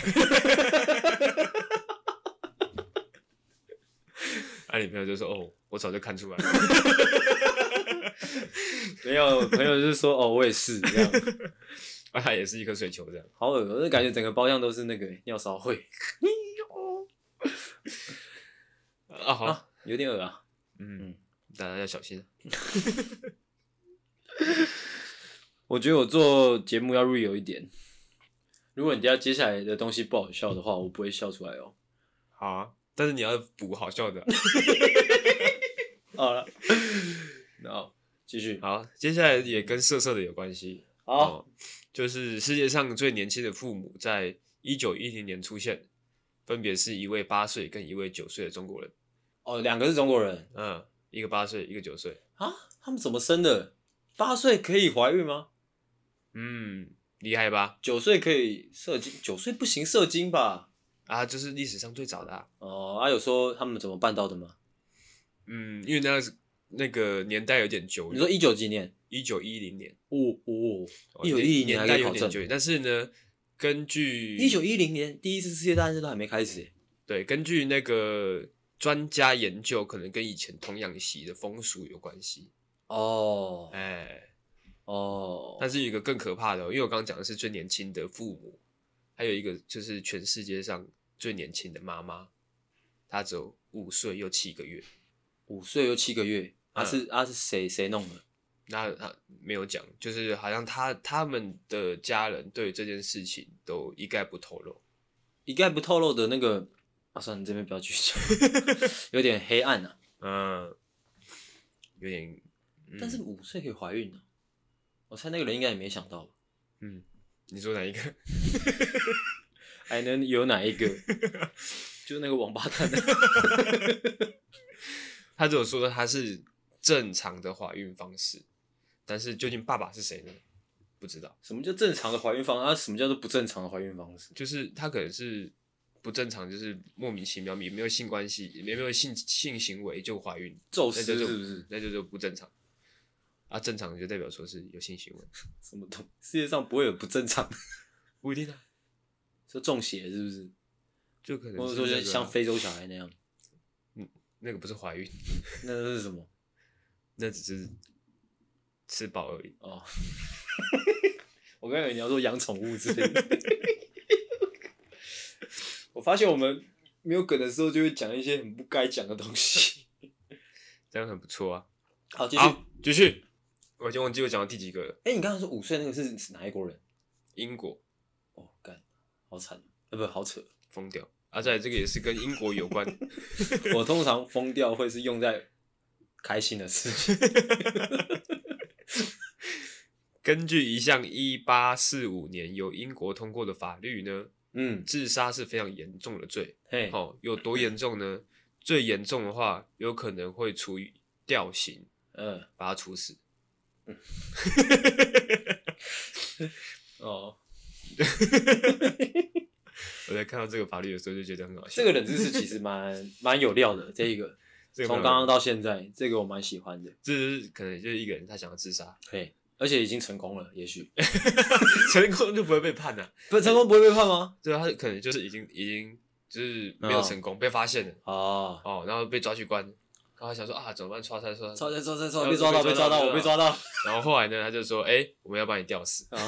B: 啊，你朋友就说哦，我早就看出来了。
A: 没有朋友就是说哦，我也是这样，
B: 啊，他也是一颗水球这样。
A: 好恶心，我感觉整个包厢都是那个尿骚味，
B: 啊，好，
A: 啊有点恶啊。
B: 嗯
A: 嗯，
B: 大家要小心。
A: 我觉得我做节目要 real 一点。如果你等一下接下来的东西不好笑的话，我不会笑出来哦。
B: 好啊，但是你要补好笑 的。
A: 好 了，然后继续。
B: 好，接下来也跟色色的有关系。
A: 好，
B: 哦，就是世界上最年轻的父母，在一九一零年出现，分别是一位八岁跟一位九岁的中国人。
A: 哦，两个是中国人
B: 嗯，一个八岁，一个九岁。
A: 啊，他们怎么生的？八岁可以怀孕吗？
B: 嗯，厉害吧？
A: 九岁可以射精？九岁不行射精吧？
B: 啊，就是历史上最早的、啊。
A: 哦，啊，有说他们怎么办到的吗？
B: 嗯，因为那个那个年代有点久
A: 你说
B: 远，
A: 一九几年？
B: 一九一零年，
A: 五五
B: 哦
A: 一九一零年
B: 年
A: 还
B: 代
A: 可以
B: 有
A: 考
B: 点
A: 证
B: 久，远，但是呢，根据
A: 一九一零年第一次世界大战都还没开始耶，
B: 对，根据那个专家研究，可能跟以前童养媳的风俗有关系。
A: 哦
B: 哎，
A: 哦，
B: 但是有一个更可怕的哦、因为我刚刚讲的是最年轻的父母，还有一个就是全世界上最年轻的妈妈，她只有五岁又七个月。
A: 五岁又七个月，啊
B: 嗯
A: 是啊是谁谁弄的？
B: 那她没有讲，就是好像她他们的家人对这件事情都一概不透露。
A: 一概不透露的那个，啊算了，这边不要继续 讲，有点黑暗啊。
B: 嗯，有点，嗯
A: 但是五岁可以怀孕呢、啊我猜那个人应该也没想到吧？
B: 嗯，你说哪一个？
A: 还能哎有哪一 个？就是那个王八蛋的。
B: 他只有说他是正常的怀孕方式，但是究竟爸爸是谁呢？不知道，
A: 什么叫正常的怀孕方式？啊，什么叫做不正常的怀孕方式？
B: 就是他可能是不正常，就是莫名其妙，也没有性关系，也没有性性行为就怀孕，
A: 宙
B: 那
A: 斯
B: 就是
A: 不是？
B: 那就是不正常。啊，正常就代表说是有性行为，
A: 什么东？世界上不会有不正常的，
B: 不一定啊，
A: 说中邪是不是？
B: 就可能
A: 或者
B: 是
A: 说
B: 那
A: 就
B: 个啊
A: 像非洲小孩那样，
B: 那个不是怀孕，
A: 那是什么？
B: 那只是吃饱而已。
A: 哦，我刚以为你要说养宠物之类的。 我发现我们没有梗的时候，就会讲一些很不该讲的东西。
B: 这样很不错啊。
A: 好，继续。
B: 好，继续，我已经忘记我讲到第几个了。
A: 哎、你刚才说五岁那个是是哪一国人？
B: 英国
A: 哦，干，好惨，呃，不，好扯。
B: 疯掉，啊，再来这个也是跟英国有关。
A: 我通常疯掉会是用在开心的事情。
B: 根据一项一八四五年由英国通过的法律呢，
A: 嗯，
B: 自杀是非常严重的罪。
A: 嘿，
B: 哦，有多严重呢？最严重的话，有可能会处以吊刑，
A: 嗯、
B: 把他处死。
A: 哦，
B: 我在看到这个法律的时候就觉得很好笑。
A: 这个冷知识其实蛮蛮有料 的。这一个
B: 这个
A: 从
B: 蛮
A: 刚
B: 有
A: 刚到现在，这个我蛮喜欢的。
B: 这就是可能就是一个人他想要自杀，
A: 嘿，而且已经成功了，也许
B: 成功就不会被判了、啊。
A: 不成功不会被判吗？
B: 对啊，他可能就是已经已经就是没有
A: 哦
B: 成功，被发现了
A: 哦，
B: 哦，然后被抓去关，然后他想说啊怎么办？抓他抓他
A: 抓，抓抓抓！
B: 呃
A: 被抓到，哦
B: 被
A: 被
B: 抓
A: 抓
B: 到
A: 到，我被抓到。
B: 然后后来呢他就说哎、我们要把你吊死。
A: 啊，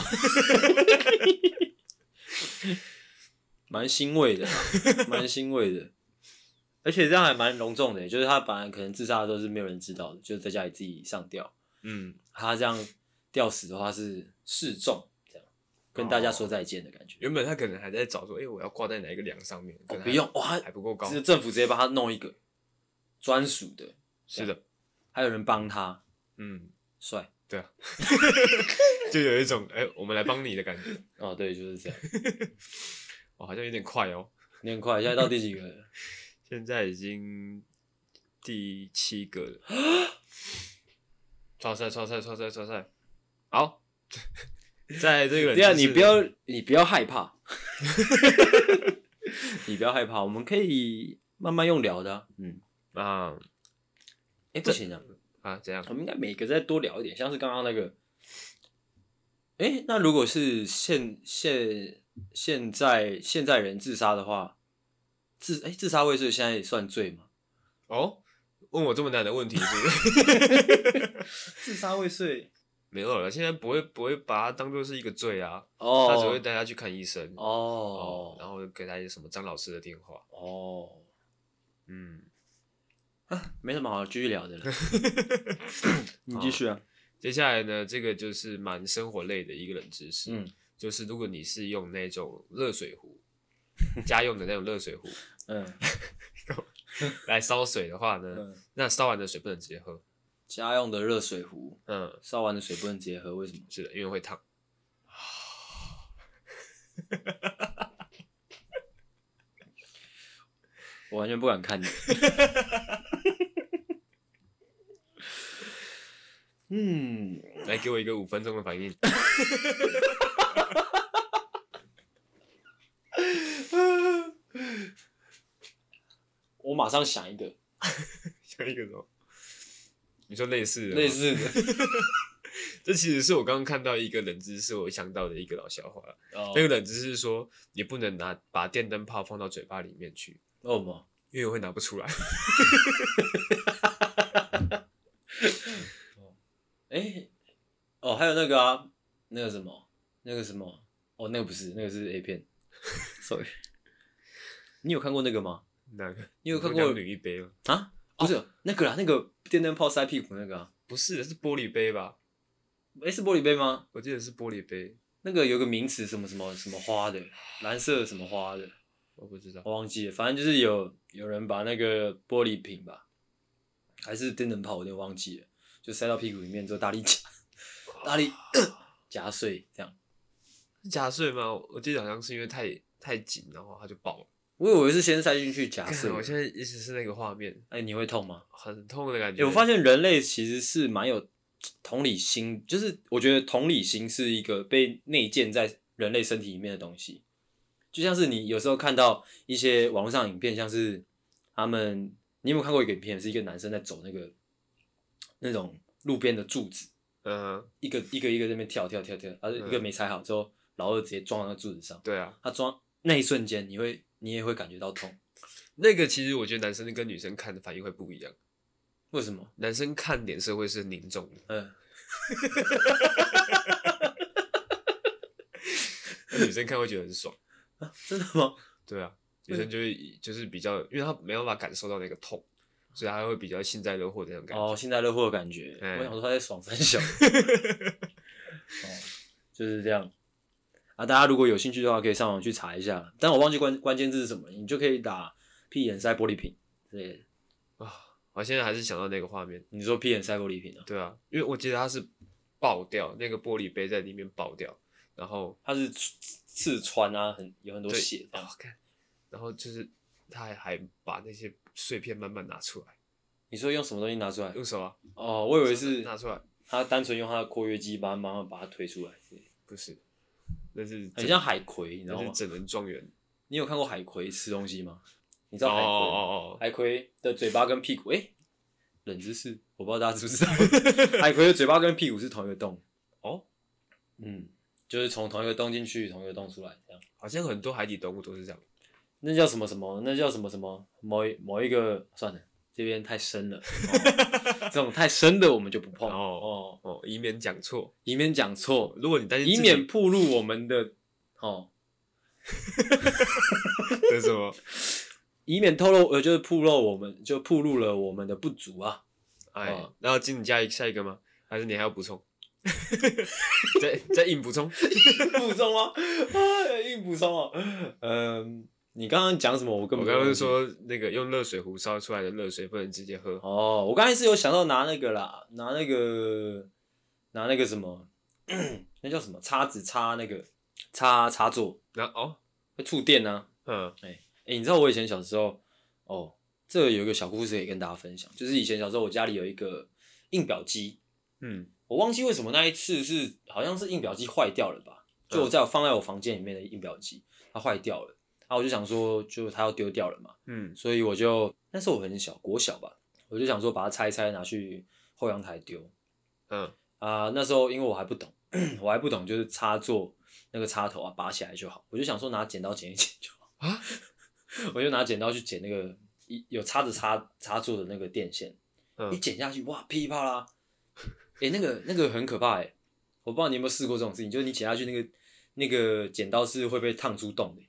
A: 蛮欣慰的，蛮欣慰的，而且这样还蛮隆重的，就是他本来可能自杀的时候是没有人知道的，就是在家里自己上吊。
B: 嗯，
A: 他这样吊死的话是示众，这样跟大家说再见的感觉。
B: 原本他可能还在找说，哎、我要挂在哪一个梁上面，
A: 哦，
B: 可能
A: 不
B: 还
A: 用哇，
B: 还不够高
A: 这。政府直接帮他弄一个专属的，
B: 是的，
A: 还有人帮他，
B: 嗯，
A: 帅
B: 就有一种哎、我们来帮你的感觉。
A: 哦，对，就是这样。
B: 哦，好像有点快哦，
A: 你很快，现在到第几个 了？
B: 现在已经第七个了。超赛，超赛，超赛，超赛。好， 在这个
A: 对啊，
B: 冷知识
A: 你不要你不要害怕， 你不要害怕，我们可以慢慢用聊的啊、嗯，
B: 啊
A: 哎、不行啊，
B: 啊，怎样
A: 我？们应该每个再多聊一点，像是刚刚那个，哎、那如果是现现现在现在人自杀的话，自哎、自杀未遂现在也算罪吗？
B: 哦，问我这么难的问题是 不是？
A: 自杀未遂
B: 没有了，现在不会不会把它当做是一个罪啊，他只会
A: 哦
B: 带他去看医生哦，
A: 哦
B: 然后给他一些什么张老师的电话，
A: 哦，
B: 嗯，
A: 没什么好继续聊的了， 你继续啊，
B: 接下来呢，这个就是蛮生活类的一个冷知识，
A: 嗯
B: 就是如果你是用那种热水壶， 家用的那种热水 壶
A: 嗯
B: 来烧水的话呢，
A: 嗯，
B: 那烧完的水不能直接喝，
A: 家用的热水壶
B: 嗯，
A: 烧完的水不能直接喝，为什么？
B: 是的，因为会烫。
A: 我完全不敢看你。 嗯，
B: 来给我一个五分钟的反应，
A: 我马上想一个
B: 像一个什么？你说类似的吗
A: 类，似 的，
B: 这其实是我刚刚看到一个冷知识，我想到的一个老笑话。
A: 哦
B: 那个冷知识是说，你不能拿把电灯泡放到嘴巴里面去，
A: 为什么？
B: 因为会拿不出来。
A: 哎、哦，还有那个啊，那个什么，那个什么，哦，那个不是，那个是 A 片。Sorry，你有看过那个吗？
B: 哪个？
A: 你有看
B: 说
A: 过
B: 两女一杯吗？
A: 啊？不是、那个啦，那个电灯泡塞屁股那个啊，
B: 不是，是玻璃杯吧？
A: 哎、是玻璃杯吗？
B: 我记得是玻璃杯，
A: 那个有个名词，什么什么什么花的，蓝色什么花的，
B: 我不知道。
A: 我忘记了，反正就是有有人把那个玻璃瓶吧，还是电灯泡，我有点忘记了，就塞到屁股里面之后大力夹，大力 夹碎这样。
B: 是夹碎吗？我记得好像是因为太太紧，然后它就爆了。
A: 我以为是先塞进去夹
B: 干
A: 碎，
B: 我现在一直是那个画面，
A: 哎、你会痛吗？
B: 很痛的感
A: 哎、
B: 觉。
A: 我发现人类其实是蛮有同理心，就是我觉得同理心是一个被内建在人类身体里面的东西。就像是你有时候看到一些网络上影片，像是他们，你有没有看过一个影片，是一个男生在走那个那种路边的柱子，
B: 嗯，
A: 一个一个一个在那边跳跳跳跳，而一个
B: 嗯
A: 没踩好之后，老二直接撞到那个柱子上，
B: 对啊，
A: 他撞那一瞬间，你会你也会感觉到痛，
B: 那个其实我觉得男生跟女生看的反应会不一样，
A: 为什么？
B: 男生看脸色会是凝重的，
A: 嗯，
B: 那女生看会觉得很爽。
A: 啊真的吗？
B: 对啊，女生就会就是比较，因为她没有办法感受到那个痛，所以她会比较幸灾乐祸的那种感觉。
A: 哦，幸灾乐祸的感觉。
B: 哎
A: 我想说他在爽三 小。哦，就是这样。啊，大家如果有兴趣的话，可以上网去查一下。但我忘记关关键字是什么，你就可以打“屁眼塞玻璃瓶”之类的。
B: 啊，我现在还是想到那个画面。
A: 你说“屁眼塞玻璃瓶”啊？
B: 对啊，因为我记得它是爆掉，那个玻璃杯在里面爆掉，然后
A: 它是刺刺穿啊，很有很多
B: 对
A: 血这样
B: 啊。看，然后就是他还还把那些碎片慢慢拿出来，
A: 你说用什么东西拿出来？
B: 用手啊，
A: 哦，我以为是
B: 拿出来，
A: 他单纯用他的括约肌把它慢慢把它推出来之类的，
B: 不是，那是
A: 很
B: 整
A: 像海葵，你知道
B: 那
A: 吗
B: 是？整人庄园，
A: 你有看过海葵吃东西吗？你知
B: 哦
A: 道海葵吗？
B: 哦哦，
A: 海葵的嘴巴跟屁股，哎、冷知识，我不知道大家知不知 道，海葵的嘴巴跟屁股是同一个洞，
B: 哦，
A: 嗯，就是从同一个洞进去，同一个洞出来，这样。
B: 好像很多海底动物都是这样，
A: 那叫什么什么？那叫什么什么？某一某一个算了，这边太深了，哦这种太深的我们就不碰
B: 哦
A: 哦，
B: 哦，以免讲错，
A: 以免讲错，
B: 如果你担心
A: 以
B: 自己
A: 免暴露我们的哦，
B: 得 什么，
A: 以免透露呃，就是暴露我们就暴露了我们的不足啊。
B: 哎
A: 哦，
B: 然后进你加一下一个吗？还是你还要补充？ 再再硬补充，
A: 补充吗？啊，硬补充哦。嗯，你刚刚讲什么？我根
B: 我
A: 本
B: 刚刚
A: 忘
B: 是
A: 记
B: 说那个用热水壶烧出来的热水不能直接喝，
A: 哦，我刚才是有想到拿那个啦，拿那个拿那个什么， 那叫什么叉子插那个插插座
B: 然后哦，
A: 会触电呢、啊。
B: 嗯，
A: 哎、你知道我以前小时候哦，这个有一个小故事可以跟大家分享，就是以前小时候我家里有一个印表机，
B: 嗯，
A: 我忘记为什么那一次是好像是印表机坏掉了吧，就我在我放在我房间里面的印表机它坏掉了，然后我就想说就它要丢掉了嘛，
B: 嗯，
A: 所以我就那时候我很小，国小吧，我就想说把它拆一拆拿去后阳台丢
B: 嗯，
A: 啊、那时候因为我还不懂， 我还不懂就是插座那个插头啊 拔起来就好，我就想说拿剪刀剪一剪就好，
B: 啊，
A: 我就拿剪刀去剪那个一有插着插插座的那个电线，
B: 嗯
A: 一剪下去，哇，噼里啪啦，哎、那个那个很可怕哎、我不知道你有没有试过这种事情，就是你剪下去那个那个剪刀是会被烫出洞的、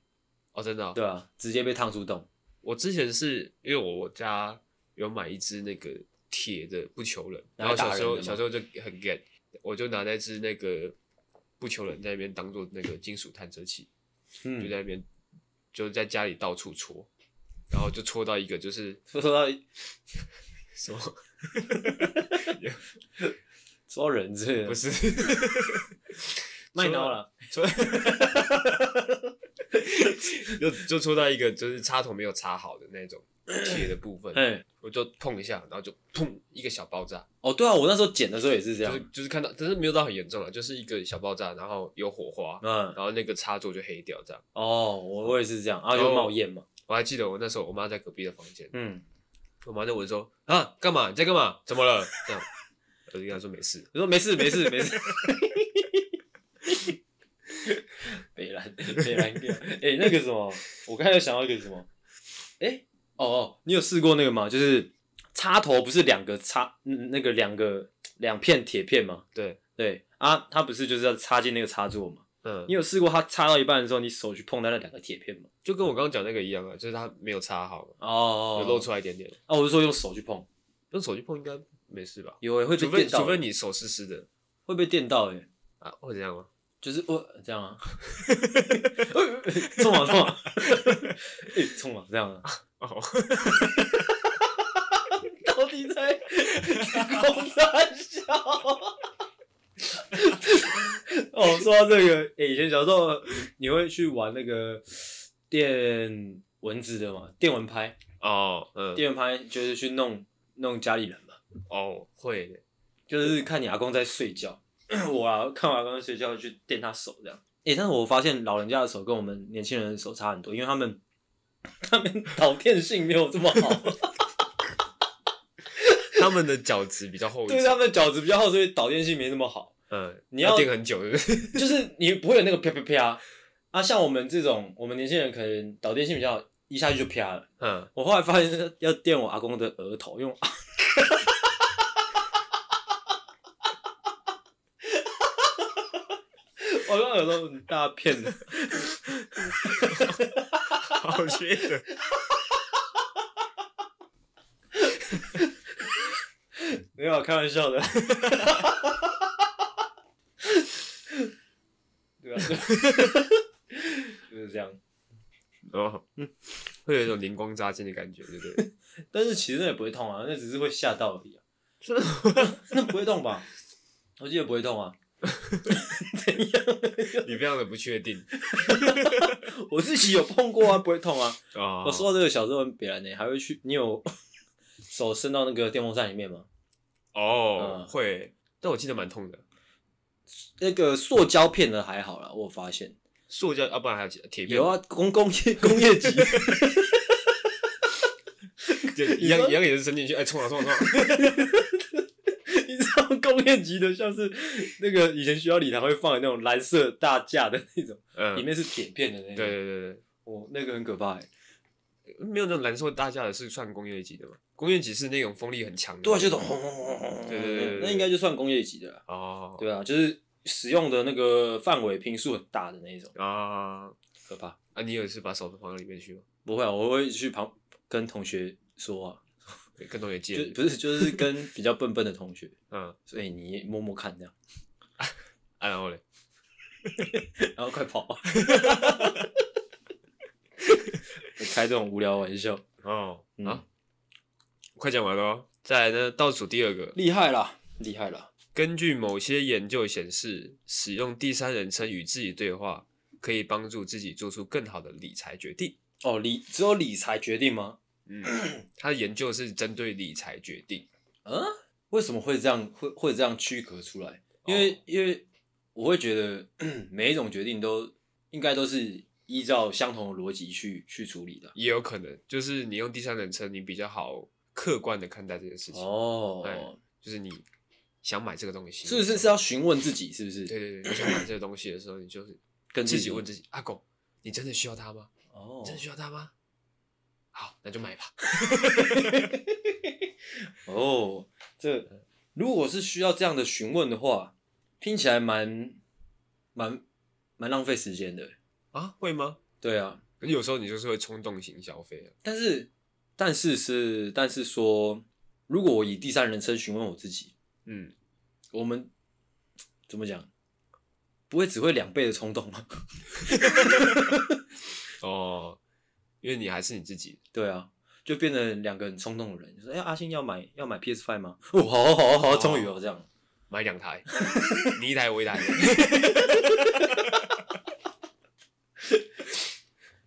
B: 哦，真的哦、
A: 对啊，直接被烫出洞，
B: 我之前是因为我我家有买一只那个铁的不求人，然
A: 拿来
B: 后
A: 打
B: 小时候
A: 人的吗
B: 小时候就很 get，我就拿那只那个不求人在那边当做那个金属探测器，就
A: 嗯，
B: 在那边就在家里到处戳，然后就戳到一个就是
A: 说说到
B: 什么
A: 说到人是
B: 不
A: 不是
B: 是
A: 麦当了，
B: 戳， 就就戳到一个就是插头没有插好的那种铁的部分，
A: 哎、
B: 我就碰一下，然后就砰一个小爆炸。
A: 哦对啊，我那时候剪的时候也是这样，
B: 就是就是看到，但是没有到很严重了，啊就是一个小爆炸，然后有火花，
A: 嗯，
B: 然后那个插座就黑掉这样。
A: 哦，我我也是这样，啊，
B: 然
A: 就
B: 后
A: 冒烟嘛，
B: 我还记得我那时候我妈在隔壁的房间，
A: 嗯，
B: 我妈在问说啊干嘛你在干嘛？怎么了？这样，我就跟她说没事。
A: 我说没事没事没事。 北兰北兰哥，哎、那个什么，我刚才又想到一个什么，哎、哦哦，你有试过那个吗？就是插头不是两个插，嗯那个两个两片铁片吗？
B: 对，
A: 对啊，它不是就是要插进那个插座吗？
B: 嗯
A: 你，有试过它插到一半的时候，你手去碰到那两个铁片吗？
B: 就跟我刚刚讲那个一样啊，就是它没有插好嘛，
A: 哦
B: 有露出来一点点，
A: 啊，我是说用手去碰，
B: 用手去碰应该没事吧？
A: 有、欸、会被
B: 除非
A: 电到欸，
B: 除非你手湿湿的
A: 会被电到哎、
B: 啊，会这样吗？
A: 就是我、呃这样啊， 冲啊冲啊，哎冲啊这样啊，
B: 哦，
A: 到底在公三笑？哦，说到这个，哎以前小时候你会去玩那个电蚊子的嘛？电蚊拍，
B: 哦，嗯，
A: 电蚊拍就是去弄弄家里人嘛，
B: 哦，会 的，
A: 就是看你阿公在睡觉， 我啊看我阿公在睡觉去电他手这样。诶、但是我发现老人家的手跟我们年轻人的手差很多，因为他们他们 导电性没有这么好，
B: 他们的脚趾比较厚一
A: 对
B: 点，
A: 他们的脚趾比较厚，所以导电性没那么好。
B: 嗯，
A: 你要
B: 垫很久，对 不对？
A: 就是你不会有那个啪啪啪啊，像我们这种我们年轻人可能导电性比较好，一下去就啪了。
B: 嗯，
A: 我后来发现要电我阿公的额头，因为我我阿公耳朵很大片的，
B: 好 缺德，
A: 没有开玩笑的。对啊，就是这样。
B: 哦，会有一种灵光乍现的感觉，对不对？
A: 但是其实那也不会痛啊，那只是会吓到而已、啊。 那不会痛吧？我记得不会痛啊，
B: 你非常的不确定
A: 我自己有碰过啊，不会痛啊。
B: 啊。
A: 我说到这个小时候很北兰呢，还会去，你有 手伸到那个电风扇里面吗？
B: 哦
A: 嗯，
B: 会，但我记得蛮痛的。
A: 那个塑胶片的还好啦，我有发现
B: 塑胶，要不然还有铁铁片，
A: 有啊，工工业工业级，
B: 就一
A: 你
B: 样
A: 说
B: 一样也是伸进去，哎，冲啊冲啊 冲啊！
A: 你知道工业级的，像是那个以前学校礼堂会放的那种蓝色大架的那种，
B: 嗯，
A: 里
B: 对
A: 面是铁片的那种，
B: 对嗯对对
A: 哦，那个很可怕欸。
B: 对，没有那种燃烧大架的是算工业级的嘛？工业级是那种风力很强的。
A: 对啊，就懂，轰轰轰轰轰
B: 对对对对对
A: 那应该就算工业级的啦。
B: 哦
A: 对啊，就是使用的那个范围频数很大的那一种，
B: 啊
A: 可怕。
B: 啊！你有一次把手放到里面去吗？
A: 不会啊，我会去旁跟同学说啊，
B: 跟同学
A: 就
B: 借？
A: 不是就是跟比较笨笨的同学，
B: 嗯，
A: 所以你摸摸看这样，
B: 啊然后嘞，
A: 然后快跑。啊 开这种无聊玩笑，
B: 哦
A: 嗯
B: 啊，快讲完了哦。再来呢，倒数第二个，
A: 厉害啦，厉害啦！
B: 根据某些研究显示，使用第三人称与自己对话，可以帮助自己做出更好的理财决定。
A: 哦，理只有理财决定吗？
B: 嗯，他的研究是针对理财决定。
A: 啊？为什么会这样会会这样区隔出来？因为、
B: 哦
A: 因为我会觉得每一种决定都应该都是依照相同的逻辑去去处理的。
B: 也有可能就是你用第三人称，你比较好客观的看待这件事情。
A: 哦
B: 哎，就是你想买这个东西，
A: 是不是是要询问自己是不是？
B: 对对对，你想买这个东西的时候，你就是
A: 跟
B: 自己
A: 问
B: 问自己：阿狗，你真的需要它吗？
A: 哦
B: 你真的需要它吗？好，那就买吧。
A: 哦，这如果是需要这样的询问的话，听起来蛮蛮蛮浪费时间的。
B: 啊，会吗？
A: 对啊，
B: 可是有时候你就是会冲动型消费啊。
A: 但是但是是但是说，如果我以第三人称询问我自己，
B: 嗯，
A: 我们怎么讲？不会只会两倍的冲动吗？
B: 哦，因为你还是你自己。
A: 对啊，就变成两个很冲动的人，就说：“哎、阿信要买要买 PS Five 吗？” 哦，好啊好啊好啊，终于有这样。
B: 买两 台，你一台我一台。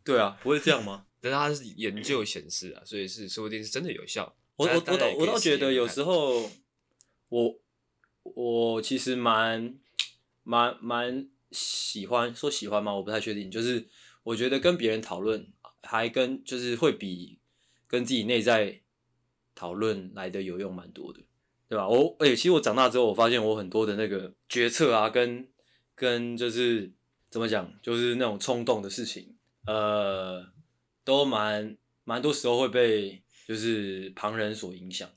A: 对啊，不会这样吗？
B: 但是它是研究显示啊，所以是说不定是真的有效。
A: 我我我
B: 大家
A: 倒
B: 也可以
A: 我倒觉得有时
B: 试验看
A: 候，我我其实蛮蛮蛮喜欢说喜欢吗？我不太确定，就是我觉得跟别人讨论，还跟就是会比跟自己内在讨论来的有用蛮多的，对吧？我哎、其实我长大之后，我发现我很多的那个决策啊，跟跟就是怎么讲，就是那种冲动的事情，呃，都蛮蛮多时候会被就是旁人所影响。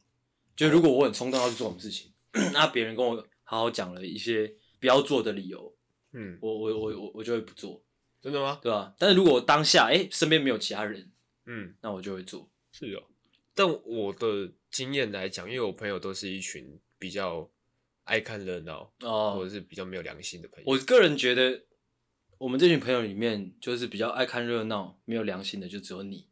A: 就如果我很冲动要去做什么事情， 那别人跟我好好讲了一些不要做的理由，
B: 嗯，
A: 我我我我我就会不做，
B: 真的吗？
A: 对吧、但是如果我当下哎、诶身边没有其他人，
B: 嗯，
A: 那我就会做。
B: 是哦，但我的经验来讲，因为我朋友都是一群比较爱看热闹，或
A: 哦
B: 者，是比较没有良心的朋友。
A: 我个人觉得我们这群朋友里面，就是比较爱看热闹、没有良心的，就只有你。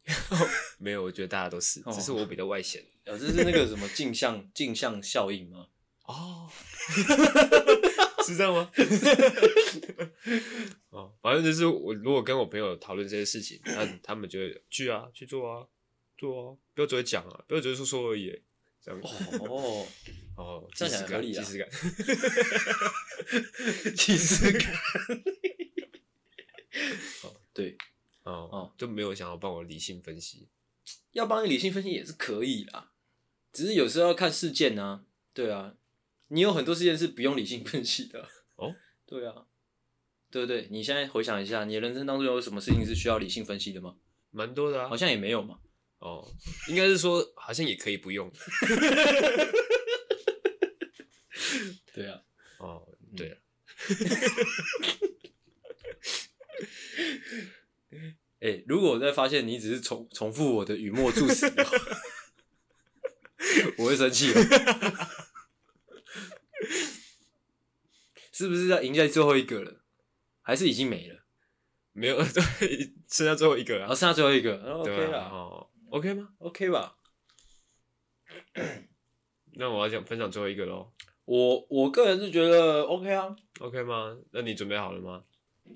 B: 没有，我觉得大家都是，
A: 哦
B: 只是我比较外显。
A: 呃，这是那个什么镜像镜像效应吗？
B: 哦，是这样 吗？哦，反正就是我如果跟我朋友讨论这些事情，他他们就会去啊，去做啊，做啊，不要只会讲啊，不要只会说说而已，这样子。
A: 哦，
B: 哦，
A: 这
B: 即
A: 样讲
B: 视
A: 合
B: 感，
A: 理
B: 即
A: 啊
B: 视感。
A: 其实 对，
B: 哦，就没有想要帮我理性分析。
A: 要帮你理性分析也是可以啦，只是有时候要看事件啊。对啊，你有很多事件是不用理性分析的。
B: 哦，
A: 对啊，对不对？你现在回想一下，你的人生当中有什么事情是需要理性分析的吗？
B: 蛮多的啊
A: 好，像也没有嘛。
B: 哦，应该是说好像也可以不用
A: 对啊，
B: 哦，对啊，
A: 哎、如果我再发现你只是重重复我的语末助词的话， 我会生气哦。是不是要赢在最后一个了？还是已经没了？
B: 没有， 对，剩下最后一个
A: 然
B: 啊
A: 后剩下最后一个、哦、
B: 对
A: ，OK
B: 啊，
A: 啦
B: 哦，OK 吗？
A: ，OK 吧？
B: 那我要讲分享最后一个喽
A: 我我个人是觉得 OK 啊，
B: ，OK 吗？那你准备好了吗？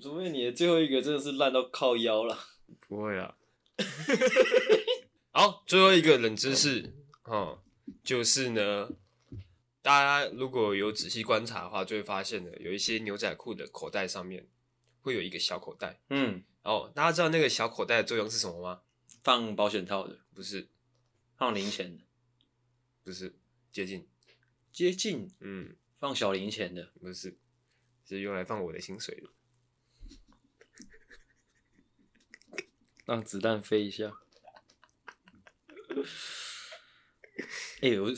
A: 除非你的最后一个真的是烂到靠腰了。
B: 不会啊。 好，最后一个冷知识，哦，就是呢，大家如果有仔细观察的话，就会发现呢，有一些牛仔裤的口袋上面会有一个小口袋。
A: 嗯，
B: 哦，大家知道那个小口袋的作用是什么吗？
A: 放保险套的，
B: 不是，
A: 放零钱的，
B: 不是，接近，
A: 接近
B: 嗯，
A: 放小零钱的。
B: 不是，是用来放我的薪水的。
A: 让子弹飞一下。哎、我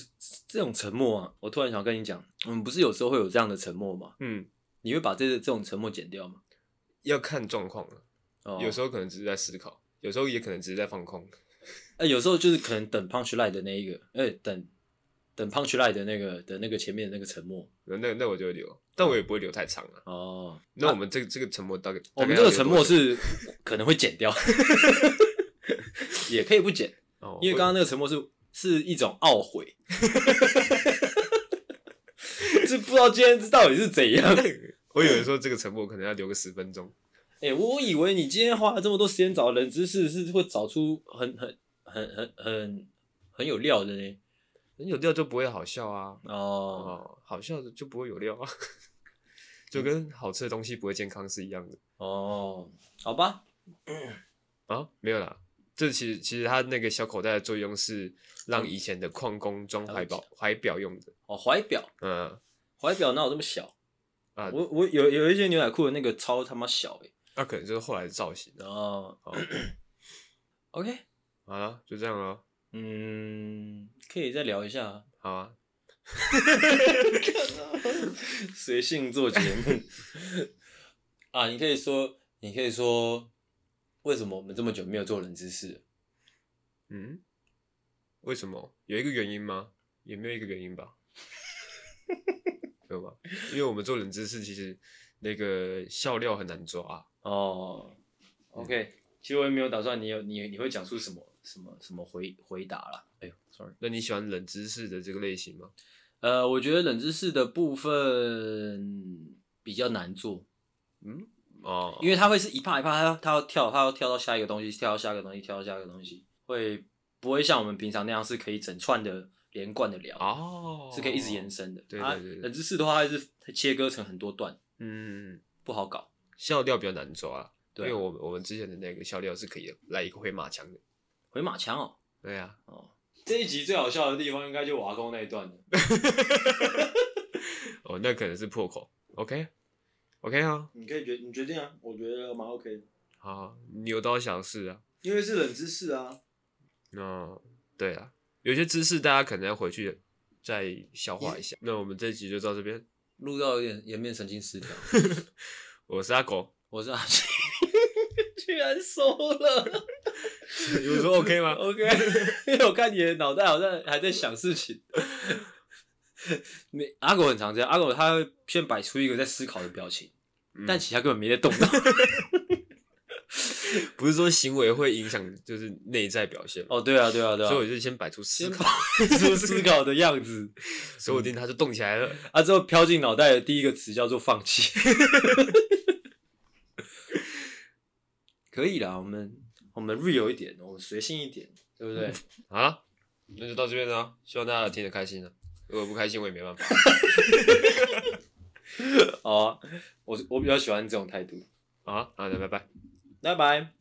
A: 这种沉默啊，我突然想跟你讲，我们不是有时候会有这样的沉默吗？
B: 嗯，
A: 你会把这这种沉默剪掉吗？
B: 要看状况了，
A: 哦，
B: 有时
A: 候，
B: 候可能只是在思考，有时候也可能只是在放空。
A: 哎、有时候就是可能等 punch line 的那一个，哎、等等 punch line 的那个的那个前面的那个沉默。
B: 那那那我就会留，但我也不会留太长了。
A: 哦，
B: 那我们这个这个沉默大概，
A: 我们
B: 大概
A: 这个
B: 要留
A: 沉
B: 多
A: 默
B: 久
A: 是可能会剪掉， 也可以不剪，
B: 哦，
A: 因为刚刚那个沉默是是一种懊悔，这不知道今天到底是怎样。
B: 我我有人说这个沉默可能要留个十分钟。
A: 哎、我以为你今天花了这么多时间找冷知识，是会找出很很很很很很有料的呢。
B: 人有料就不会好笑啊，
A: 哦，
B: 哦，好笑的就不会有料啊， 就跟好吃的东西不会健康是一样的
A: 哦，好吧，
B: 啊。没有啦，这其实其实它那个小口袋的作用是让以前的矿工装怀表怀表用的，
A: 哦，怀表，
B: 嗯。
A: 怀表哪有这么小？
B: 啊
A: 我我有有一些牛仔裤的那个超他妈小哎、
B: 那、可能就是后来的造型啊。
A: 然后
B: 哦
A: OK，
B: 好了，就这样了，
A: 嗯，可以再聊一下，
B: 好啊，
A: 随性做节目 啊，你可以说，你可以说，为什么我们这么久没有做冷知识？
B: 嗯，为什么？有一个原因吗？也没有一个原因吧，没有吧？因为我们做冷知识，其实那个笑料很难抓，
A: 哦，OK，其实我也没有打算你有你你会讲出什么什么什么回回答啦。哎呦，sorry，
B: 那你喜欢冷知识的这个类型吗？
A: 呃，我觉得冷知识的部分比较难做，
B: 嗯，哦，
A: 因为它会是一趴一趴，它要它要跳，它要跳到下一个东西，跳到下一个东西，跳到下一个东西，会不会像我们平常那样是可以整串的连贯的聊，
B: 哦，
A: 是可以一直延，伸的。
B: 对
A: 啊
B: 对对对
A: 冷知识的话，它是切割成很多段，
B: 嗯，
A: 不好搞。
B: 笑料比较难抓啊，
A: 对啊
B: 因为我们我们之前的那个笑料是可以来一个回马枪的，
A: 回马枪哦，
B: 对啊，
A: 哦，这一集最好笑的地方应该就瓦工那一段了。
B: 哦，那可能是破口，OK，OK、啊，
A: 你可以决你决定啊，我觉得蛮 OK 的，
B: 好，牛刀小试啊，
A: 因为是冷知识啊，
B: 那对啊，有些知识大家可能要回去再消化一下。那我们这集就到这边，
A: 录到有点颜面神经失调。
B: 我是阿狗，
A: 我是阿信， 居然收 了。
B: 有说 OK 吗？
A: OK，因 为我看你的脑袋好像还在想事情。 没阿狗很常这样，阿狗他会先摆出一个在思考的表情，
B: 嗯
A: 但其实他根本没在动脑。
B: 不是说行为会影响就是内在表现 嘛，
A: 哦，对啊，对啊，对啊
B: 所以，我就先摆出思
A: 先
B: 考，
A: 摆出思考的样子，
B: 说不定它就动起来了。
A: 啊，之后飘进脑袋的第一个词叫做放弃。可以啦，我们我们 real 一点，我们随性一点，对不对？
B: 好了，那就到这边了，哦希望大家听得开心了。啊如果不开心，我也没办法。
A: 哦，我我比较喜欢这种态度。
B: 好啊，好的，拜拜。
A: 拜拜。